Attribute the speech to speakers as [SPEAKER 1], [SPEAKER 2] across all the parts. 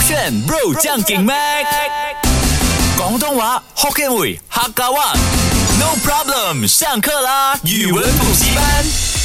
[SPEAKER 1] 选 Bro 将劲 Mac，广东话 Hokkien 语客家话。No problem，上课啦！语文补习班。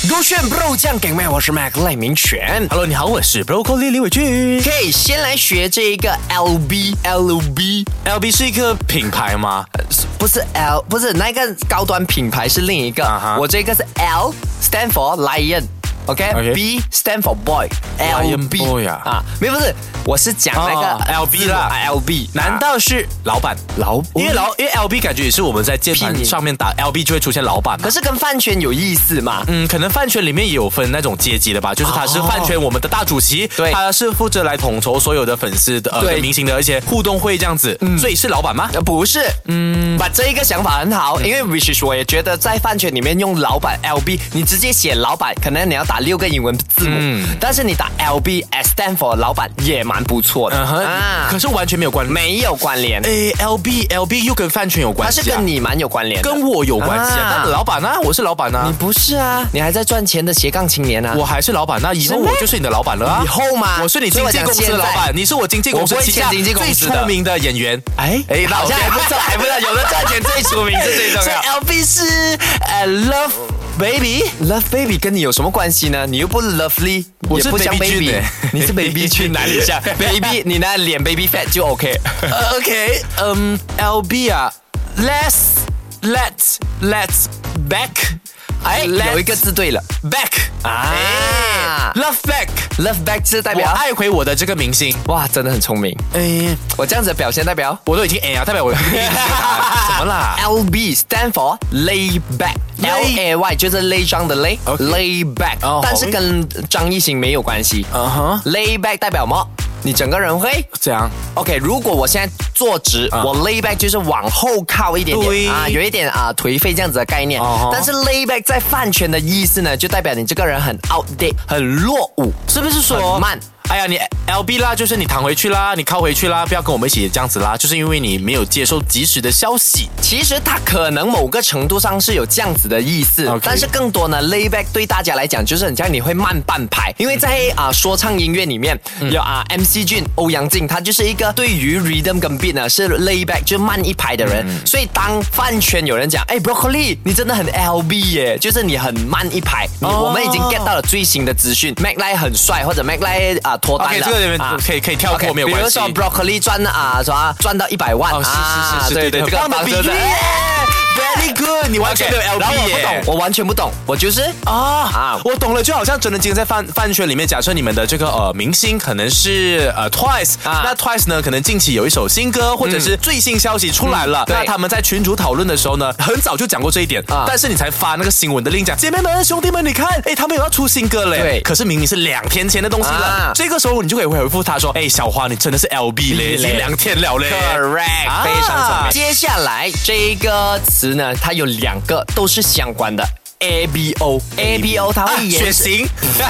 [SPEAKER 2] 勾选 Bro 酱给麦，我是 Mac 赖明全。
[SPEAKER 1] Hello，你好，我是 Broccoli 李伟俊。
[SPEAKER 2] 可以先来学这一个 LB LB，
[SPEAKER 1] LB 是一个品牌吗？
[SPEAKER 2] 哎不是 L，不是那个高端品牌是另一个
[SPEAKER 1] 啊哈
[SPEAKER 2] 我这个是 L stand for lion。
[SPEAKER 1] OK
[SPEAKER 2] OK，B、stand for boy，L
[SPEAKER 1] Lion
[SPEAKER 2] B
[SPEAKER 1] boy 啊
[SPEAKER 2] 啊，没有不是，我是讲那个、啊
[SPEAKER 1] 哦 LB 啦
[SPEAKER 2] ，L B，
[SPEAKER 1] 难道是老板？
[SPEAKER 2] 老
[SPEAKER 1] 因为老，因为 LB 感觉也是我们在键
[SPEAKER 2] 拼
[SPEAKER 1] 盘
[SPEAKER 2] 音
[SPEAKER 1] 上面打 LB 就会出现老板嘛
[SPEAKER 2] 可。是跟饭圈有意思嘛？
[SPEAKER 1] 嗯，可能饭圈里面也有分那种阶级的吧，就是他是饭圈我们的大主席，
[SPEAKER 2] 哦对
[SPEAKER 1] 他是负责来统筹所有的粉丝的呃
[SPEAKER 2] 对
[SPEAKER 1] 跟明星的一些互动会这样子，所以是老板吗？
[SPEAKER 2] 呃，不是，嗯，把这一个想法很好，因为 which is 我也觉得在饭圈里面用老板 LB，你直接写老板，可能你要打六个英文字母，
[SPEAKER 1] 嗯
[SPEAKER 2] 但是你打 LB as stand for 老板也蛮不错的、
[SPEAKER 1] 嗯哼，
[SPEAKER 2] 啊
[SPEAKER 1] 可，是哎完全没有关。
[SPEAKER 2] 没有关联，
[SPEAKER 1] 诶，LB LB 又跟饭圈有
[SPEAKER 2] 它
[SPEAKER 1] 关系、
[SPEAKER 2] 是
[SPEAKER 1] 啊，
[SPEAKER 2] 跟你蛮有关联的，
[SPEAKER 1] 跟我有关系、啊
[SPEAKER 2] 啊。
[SPEAKER 1] 但老板呢、我是老板呢、
[SPEAKER 2] 你不是啊，你还在赚钱的斜杠青年啊，
[SPEAKER 1] 我还是老板、那以后
[SPEAKER 2] 是咩
[SPEAKER 1] 我就是你的老板了啊！
[SPEAKER 2] 以后嘛
[SPEAKER 1] 我是你经纪公司的老
[SPEAKER 2] 所以我讲现
[SPEAKER 1] 板，你是我经纪公司
[SPEAKER 2] 我不会
[SPEAKER 1] 旗下
[SPEAKER 2] 签经纪公
[SPEAKER 1] 最
[SPEAKER 2] 司
[SPEAKER 1] 出
[SPEAKER 2] 的
[SPEAKER 1] 名的演员。
[SPEAKER 2] 哎
[SPEAKER 1] 哎那
[SPEAKER 2] 好像
[SPEAKER 1] OK
[SPEAKER 2] 还不错，还不错，有的赚钱最出名是最 重
[SPEAKER 1] 所以
[SPEAKER 2] 要。
[SPEAKER 1] LB 是呃 Love Baby。
[SPEAKER 2] Love Baby 跟你有什么关系呢？你又不 lovely，
[SPEAKER 1] 我
[SPEAKER 2] 也
[SPEAKER 1] 是
[SPEAKER 2] 不像
[SPEAKER 1] baby 菌
[SPEAKER 2] baby，
[SPEAKER 1] 欸
[SPEAKER 2] 你 是 baby 去哪里像 baby？你那脸 baby fat 就 OK。
[SPEAKER 1] 呃 OK，嗯，LB 啊，Let's Let's Let's Back，
[SPEAKER 2] 哎，
[SPEAKER 1] Let's
[SPEAKER 2] 有一个字对了
[SPEAKER 1] Back
[SPEAKER 2] 啊
[SPEAKER 1] 哎，Love Back，
[SPEAKER 2] ，Love Back 是代
[SPEAKER 1] 我
[SPEAKER 2] 表
[SPEAKER 1] 爱回我的这个明星。
[SPEAKER 2] 哇，真的很聪明。
[SPEAKER 1] 哎，
[SPEAKER 2] 我这样子的表现代表
[SPEAKER 1] 我都已经哎呀，代表我啊 怎么啦？
[SPEAKER 2] ？LB stand for lay back，L A Y 就是勒张的勒
[SPEAKER 1] OK
[SPEAKER 2] ，lay back，
[SPEAKER 1] 哦
[SPEAKER 2] 但是跟张艺兴没有关系。
[SPEAKER 1] 嗯哼，
[SPEAKER 2] lay back 代表什么？你整个人会
[SPEAKER 1] 这样
[SPEAKER 2] OK，如果我现在坐直，我 lay back 就是往后靠一点
[SPEAKER 1] 啊对
[SPEAKER 2] 点啊，有一点啊颓废这样子的概念。
[SPEAKER 1] 哦吼
[SPEAKER 2] 但是 lay back 在饭圈的意思呢，就代表你这个人很 outdate，很落伍。
[SPEAKER 1] 是不是说
[SPEAKER 2] 很慢？
[SPEAKER 1] 哎呀，你 L B 啦，就是你躺回去啦，你靠回去啦，不要跟我们一起这样子啦，就是因为你没有接收及时的消息。
[SPEAKER 2] 其实它可能某个程度上是有这样子的意思
[SPEAKER 1] OK
[SPEAKER 2] 但是更多呢，lay back 对大家来讲就是很像你会慢半拍，因为在啊、说唱音乐里面
[SPEAKER 1] 嗯
[SPEAKER 2] 有啊、MC 俊、欧阳靖，他就是一个对于 rhythm 跟 beat 呢是 lay back 就慢一拍的人，
[SPEAKER 1] 嗯
[SPEAKER 2] 所以当饭圈有人讲，哎，broccoli 你真的很 LB 耶，就是你很慢一拍，你
[SPEAKER 1] 哦
[SPEAKER 2] 我们已经 get 到了最新的资讯，Mac l i 很帅或者 Mac l i 啊脱单
[SPEAKER 1] OK，
[SPEAKER 2] 了，
[SPEAKER 1] 这个里面
[SPEAKER 2] 啊
[SPEAKER 1] 可以可以跳过
[SPEAKER 2] OK，
[SPEAKER 1] 没有关系
[SPEAKER 2] 比如说 broccoli 赚啊什么赚到一百万
[SPEAKER 1] 哦是是是
[SPEAKER 2] 啊，
[SPEAKER 1] 是对
[SPEAKER 2] 对对，
[SPEAKER 1] 对
[SPEAKER 2] 这个
[SPEAKER 1] 很棒的
[SPEAKER 2] 当
[SPEAKER 1] 比例
[SPEAKER 2] 真的
[SPEAKER 1] 耶
[SPEAKER 2] 哎
[SPEAKER 1] Very good，你完全没有
[SPEAKER 2] OK，
[SPEAKER 1] L
[SPEAKER 2] 然后
[SPEAKER 1] B
[SPEAKER 2] 我
[SPEAKER 1] 耶
[SPEAKER 2] 不懂，我完全不懂，我就是
[SPEAKER 1] 啊
[SPEAKER 2] 啊
[SPEAKER 1] 我懂了，就好像真的今天在饭饭圈里面，假设你们的这个呃明星可能是呃 Twice，、
[SPEAKER 2] 啊嗯
[SPEAKER 1] 那 Twice 呢可能近期有一首新歌或者是最新消息出来了，
[SPEAKER 2] 嗯对
[SPEAKER 1] 那他们在群主讨论的时候呢，很早就讲过这一点，
[SPEAKER 2] 啊
[SPEAKER 1] 但是你才发那个新闻的令讲，姐妹们兄弟们，你看，哎，他们有要出新歌嘞，
[SPEAKER 2] 对
[SPEAKER 1] 可是明明是两天前的东西了，
[SPEAKER 2] 啊
[SPEAKER 1] 这个时候你就可以回复他说，哎，小花你真的是 L B 嘞，已经两天了嘞
[SPEAKER 2] correct，、
[SPEAKER 1] 啊
[SPEAKER 2] 非常聪明。接下来这个词呢，它有两个都是相关的，A B O A B O 它
[SPEAKER 1] 啊
[SPEAKER 2] 会
[SPEAKER 1] 血
[SPEAKER 2] 延伸、
[SPEAKER 1] 型。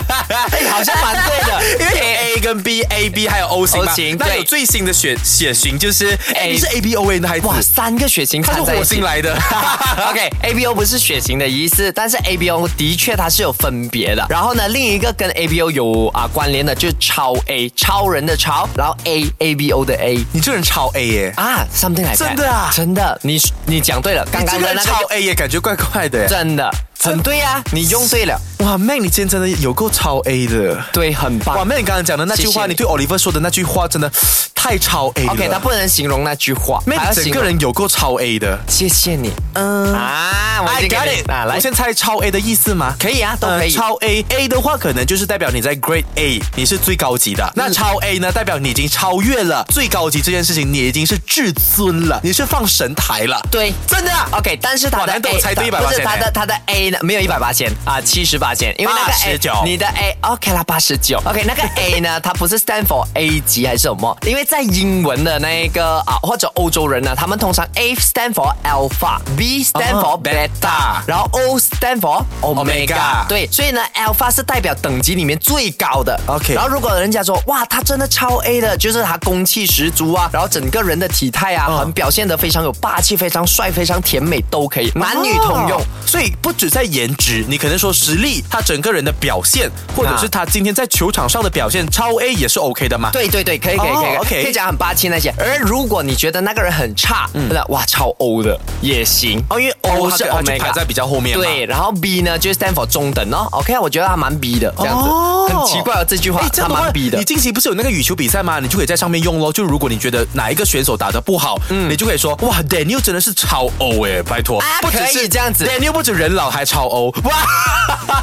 [SPEAKER 2] 哎好像蛮对 的，
[SPEAKER 1] 因为有 A 跟 B、A、B 还有 O 型嘛
[SPEAKER 2] O 型
[SPEAKER 1] 那
[SPEAKER 2] 对
[SPEAKER 1] 有最新的血血型就是，哎，
[SPEAKER 2] A
[SPEAKER 1] 你是 A、B、O A 的孩子，
[SPEAKER 2] 哇，三个血型
[SPEAKER 1] 他是
[SPEAKER 2] 掺在
[SPEAKER 1] 火
[SPEAKER 2] 一起
[SPEAKER 1] 星。 来的。
[SPEAKER 2] OK，A B O 不是血型的意思，但是 A B O 的确它是有分别的。然后呢，另一个跟 A B O 有啊关联的就是超 A，超人的超，然后 A A B O 的 A
[SPEAKER 1] 你这人超 A 耶，
[SPEAKER 2] 啊，something like that，
[SPEAKER 1] 真的啊
[SPEAKER 2] 真的，你你讲对了，刚
[SPEAKER 1] 你这
[SPEAKER 2] 刚
[SPEAKER 1] 个
[SPEAKER 2] 的
[SPEAKER 1] 人
[SPEAKER 2] 那
[SPEAKER 1] 超
[SPEAKER 2] 个
[SPEAKER 1] A 耶，感觉怪怪的耶。
[SPEAKER 2] 真的很对呀、你用对了，
[SPEAKER 1] 哇妹，你今天真的有够超 A 的。
[SPEAKER 2] 对，很
[SPEAKER 1] 哇
[SPEAKER 2] 棒。
[SPEAKER 1] 妹，你刚刚讲的那句
[SPEAKER 2] 谢谢
[SPEAKER 1] 话，
[SPEAKER 2] 你
[SPEAKER 1] 你对 Oliver 说的那句话，真的太超 A 了。
[SPEAKER 2] OK，他不能形容那句话，
[SPEAKER 1] 妹
[SPEAKER 2] 还要，
[SPEAKER 1] 整
[SPEAKER 2] 形
[SPEAKER 1] 个
[SPEAKER 2] 容。
[SPEAKER 1] 人有够超 A 的。
[SPEAKER 2] 谢谢你
[SPEAKER 1] 嗯
[SPEAKER 2] 啊，我已
[SPEAKER 1] I
[SPEAKER 2] 经给
[SPEAKER 1] got
[SPEAKER 2] 你
[SPEAKER 1] it。
[SPEAKER 2] 啊，来
[SPEAKER 1] 我，先猜超 A 的意思吗？
[SPEAKER 2] 可以啊，都
[SPEAKER 1] 呃
[SPEAKER 2] 可以。
[SPEAKER 1] 超 A A 的话，可能就是代表你在 Grade A，你是最高级的。那超 A 呢，代表你已经超越了最高级这件事情，你已经是至尊了，你是放神台了。
[SPEAKER 2] 对，真的啊 OK，但是他
[SPEAKER 1] 哇
[SPEAKER 2] 的
[SPEAKER 1] 难得
[SPEAKER 2] A
[SPEAKER 1] 我猜对100%
[SPEAKER 2] 不是
[SPEAKER 1] 欸
[SPEAKER 2] 他的他的 A 呢，没有一百八千啊，七十八千，因为那个 A
[SPEAKER 1] 89
[SPEAKER 2] 你的 A OK 啦，八十九 OK 那个 A 呢，它不是 stand for A 级还是什么？因为在英文的那个啊或者欧洲人呢，他们通常 A stand for alpha，B stand
[SPEAKER 1] 哦
[SPEAKER 2] for beta，然后 O stand for
[SPEAKER 1] Omega
[SPEAKER 2] omega，对，所以呢 alpha 是代表等级里面最高的
[SPEAKER 1] OK
[SPEAKER 2] 然后如果人家说哇，他真的超 A 的，就是他攻气十足啊，然后整个人的体态
[SPEAKER 1] 嗯
[SPEAKER 2] 啊，很表现得非常有霸气，非常帅，非常甜美，都可以，男女通用
[SPEAKER 1] 哦。所以不止在颜值，你可能说实力，他整个人的表现，或者是他今天在球场上的表现，超 A 也是 OK 的嘛？
[SPEAKER 2] 对对对，可以可以
[SPEAKER 1] 哦
[SPEAKER 2] 可以可以。
[SPEAKER 1] OK OK
[SPEAKER 2] 可以讲很霸气那些。而如果你觉得那个人很差，嗯那哇超欧的也行，
[SPEAKER 1] 哦，因为 O 是 O 就排在比较后面嘛。
[SPEAKER 2] 对，然后 B 呢就 stand for 中等哦。OK，我觉得他蛮 B 的这样子，
[SPEAKER 1] 哦
[SPEAKER 2] 很奇怪哦这句话
[SPEAKER 1] 哎，，这
[SPEAKER 2] 他
[SPEAKER 1] 样的话
[SPEAKER 2] 蛮 B 的
[SPEAKER 1] 你。近期不是有那个羽球比赛吗？你就可以在上面用咯。就如果你觉得哪一个选手打得不好，你就可以说哇，Daniel 真的是超欧哎，拜托，
[SPEAKER 2] 啊
[SPEAKER 1] 不只
[SPEAKER 2] 可
[SPEAKER 1] 是
[SPEAKER 2] 以这样子
[SPEAKER 1] ，Daniel 不止人老还超欧哇。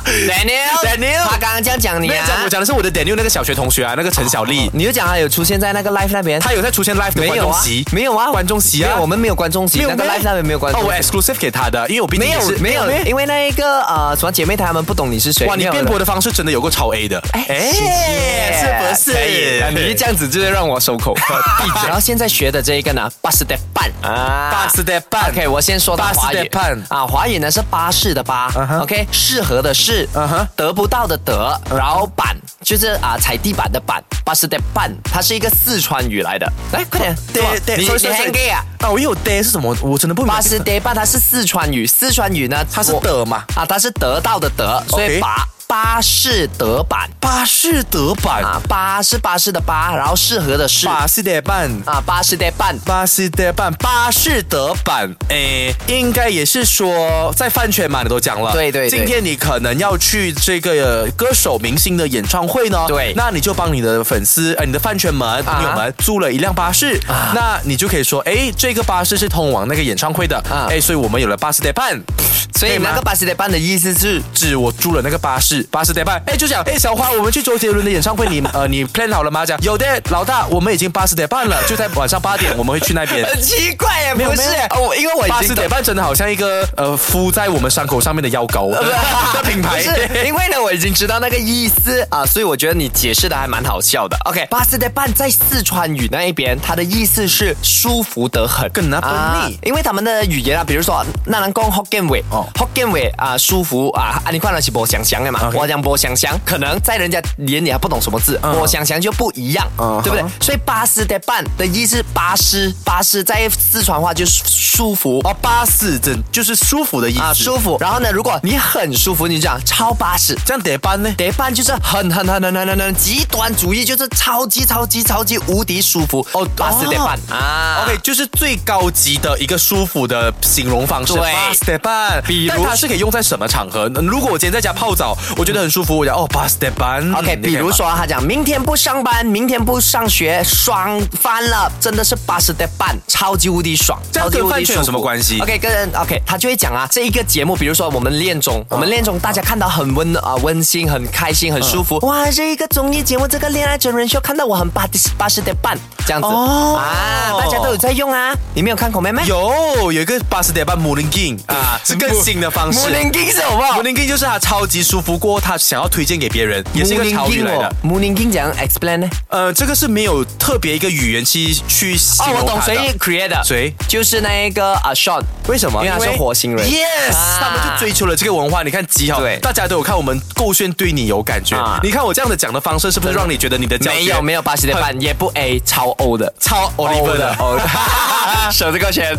[SPEAKER 2] Daniel，Daniel，
[SPEAKER 1] Daniel
[SPEAKER 2] 他刚刚这样讲你
[SPEAKER 1] 没有
[SPEAKER 2] 啊，
[SPEAKER 1] 讲，我讲的是我的 Daniel 那个小学同学啊，那个陈小丽，
[SPEAKER 2] 你就讲他有出现在那个 live 那边，
[SPEAKER 1] 她有在出现 live 的
[SPEAKER 2] 没
[SPEAKER 1] 观
[SPEAKER 2] 有
[SPEAKER 1] 众
[SPEAKER 2] 啊
[SPEAKER 1] 席，，
[SPEAKER 2] 没有啊，
[SPEAKER 1] 观众席
[SPEAKER 2] 没
[SPEAKER 1] 啊，
[SPEAKER 2] 有我们没有观众席，那个
[SPEAKER 1] 咩
[SPEAKER 2] live 那边没有观
[SPEAKER 1] 哦，
[SPEAKER 2] 众席
[SPEAKER 1] 我 exclusive 给她的，因为我毕竟
[SPEAKER 2] 没
[SPEAKER 1] 也是
[SPEAKER 2] 有没有，
[SPEAKER 1] 咩
[SPEAKER 2] 因为那一个呃什么姐妹她们不懂你是谁，
[SPEAKER 1] 哇，你
[SPEAKER 2] 没有
[SPEAKER 1] 辩
[SPEAKER 2] 的
[SPEAKER 1] 驳的方式真的有够超 A 的，
[SPEAKER 2] 哎，
[SPEAKER 1] 是不
[SPEAKER 2] 可以啊
[SPEAKER 1] 是？
[SPEAKER 2] 你一这样子就会让我收口，闭 嘴。然后现在学的这一个呢，巴士的半啊
[SPEAKER 1] 巴士的半
[SPEAKER 2] OK，我先说到华
[SPEAKER 1] 巴士
[SPEAKER 2] 语
[SPEAKER 1] 的啊半
[SPEAKER 2] 啊，华语呢是巴士的巴
[SPEAKER 1] 哼
[SPEAKER 2] ，OK，适合的适
[SPEAKER 1] 嗯哼，
[SPEAKER 2] 得不到的得，
[SPEAKER 1] 嗯
[SPEAKER 2] 然后板就是啊踩地板的板，巴士的半，它是一个四川语来的。来，快点，
[SPEAKER 1] 爹爹，
[SPEAKER 2] 你
[SPEAKER 1] 哦
[SPEAKER 2] 你
[SPEAKER 1] 所以所以
[SPEAKER 2] h a
[SPEAKER 1] 所
[SPEAKER 2] n
[SPEAKER 1] 以
[SPEAKER 2] gay 啊？
[SPEAKER 1] 啊，我有爹是什么？我真的不明白。
[SPEAKER 2] 巴士得巴，它是四川语，四川语呢，
[SPEAKER 1] 它是
[SPEAKER 2] 我
[SPEAKER 1] 德嘛
[SPEAKER 2] 啊，它是得到的得，所以
[SPEAKER 1] OK
[SPEAKER 2] 巴巴士德版
[SPEAKER 1] 巴士德版，
[SPEAKER 2] 啊，巴是巴士的巴，然后适合的适
[SPEAKER 1] 巴士德版，
[SPEAKER 2] 啊，巴士得办
[SPEAKER 1] 巴士德版，巴士德版，诶，应该也是说在饭圈嘛，你都讲了。
[SPEAKER 2] 对对对
[SPEAKER 1] 今天你可能要去这个呃歌手明星的演唱会呢，
[SPEAKER 2] 对
[SPEAKER 1] 那你就帮你的粉丝，呃，你的饭圈们朋友们租了一辆巴士，
[SPEAKER 2] 啊
[SPEAKER 1] 那你就可以说，诶，这个巴士是通往那个演唱会的
[SPEAKER 2] 啊，
[SPEAKER 1] 诶，所以我们有了巴士德版。
[SPEAKER 2] 所以
[SPEAKER 1] 可以吗
[SPEAKER 2] 那个巴士得办的意思是
[SPEAKER 1] 指我租了那个巴士，巴士得办。哎，就讲，哎，小花，我们去周杰伦的演唱会，你呃，你 plan 好了吗？讲有的，老大，我们已经巴士得办了，就在晚上八点，我们会去那边。
[SPEAKER 2] 很呃奇怪耶，
[SPEAKER 1] 没有
[SPEAKER 2] 不是
[SPEAKER 1] 没有
[SPEAKER 2] 哦，我因为我已
[SPEAKER 1] 巴士
[SPEAKER 2] 经
[SPEAKER 1] 得办真的好像一个呃敷在我们伤口上面的药膏的品牌
[SPEAKER 2] 不。是，因为呢，我已经知道那个意思啊，所以我觉得你解释的还蛮好笑的。OK，巴士的办在四川语那一边，它的意思是舒服得很，啊
[SPEAKER 1] 更拿不腻
[SPEAKER 2] 因为他们的语言啊，比如说那能讲福建话，
[SPEAKER 1] 哦
[SPEAKER 2] 福建话啊舒服啊，啊你看到是波想想的嘛，
[SPEAKER 1] 啊 OK 啊
[SPEAKER 2] 我讲波想想，可能在人家眼里还不懂什么字，波想想就不一样，
[SPEAKER 1] 嗯
[SPEAKER 2] 对不对？所以巴士的办的意思，巴士巴士在四川话就是舒服。
[SPEAKER 1] 哦，巴士真就是舒服的意思。
[SPEAKER 2] 啊，舒服。然后呢，如果你很舒服，你就讲超巴士，
[SPEAKER 1] 这样得办呢？
[SPEAKER 2] 得办就是很很很很很很很极端主义，就是超级超级超级无敌舒服哦，巴士得办啊。
[SPEAKER 1] OK，就是最高级的一个舒服的形容方式。
[SPEAKER 2] 对
[SPEAKER 1] 巴士得办，
[SPEAKER 2] 比如
[SPEAKER 1] 但它是可以用在什么场合？如果我今天在家泡澡，我觉得很舒服，我讲哦，巴士得办。
[SPEAKER 2] OK，
[SPEAKER 1] 你可以
[SPEAKER 2] 比如
[SPEAKER 1] 吗
[SPEAKER 2] 说他讲明天不上班，明天不上学，爽翻了，真的是巴士得办，超级无敌爽，
[SPEAKER 1] 这样
[SPEAKER 2] 超级
[SPEAKER 1] 跟
[SPEAKER 2] 无敌
[SPEAKER 1] 饭圈
[SPEAKER 2] 舒
[SPEAKER 1] 有什么
[SPEAKER 2] 服
[SPEAKER 1] 关系
[SPEAKER 2] ？OK，跟 OK，他就会讲啊，这一个节目，比如说我们恋综，哦我们恋
[SPEAKER 1] 嗯
[SPEAKER 2] 综大家看到很温啊温馨，很开心，很舒
[SPEAKER 1] 哦
[SPEAKER 2] 服，哇，这一个综艺节目，这个恋爱真人秀，看到我很巴巴士得办这样子
[SPEAKER 1] 哦
[SPEAKER 2] 啊，大家都有在用啊，你没有看孔妹妹？
[SPEAKER 1] 有有一个巴士代办 Morning King 啊，是更新的方式。
[SPEAKER 2] Morning King 是好不好
[SPEAKER 1] Morning King 就是他超级舒服过，他想要推荐给别人，也是一个潮语来的。
[SPEAKER 2] 哦 Morning King 讲 explain 呢？
[SPEAKER 1] 呃，这个是没有特别一个语言去去形
[SPEAKER 2] 哦，
[SPEAKER 1] 容
[SPEAKER 2] 我懂
[SPEAKER 1] 它的
[SPEAKER 2] 谁 create 的？
[SPEAKER 1] 谁
[SPEAKER 2] 就是那一个啊 Sean，
[SPEAKER 1] 为什么？
[SPEAKER 2] 因为他是火星人
[SPEAKER 1] Yes，、
[SPEAKER 2] 啊
[SPEAKER 1] 他们就追求了这个文化。你看极好，
[SPEAKER 2] 对
[SPEAKER 1] 大家都有看我们够炫对你有感觉。
[SPEAKER 2] 啊
[SPEAKER 1] 你看我这样的讲的方式，是不是让你觉得你的教学
[SPEAKER 2] 没有没有巴西的半，也不哎 A，超欧的，
[SPEAKER 1] 超 Oliver 的？
[SPEAKER 2] 欧的，手这个圈。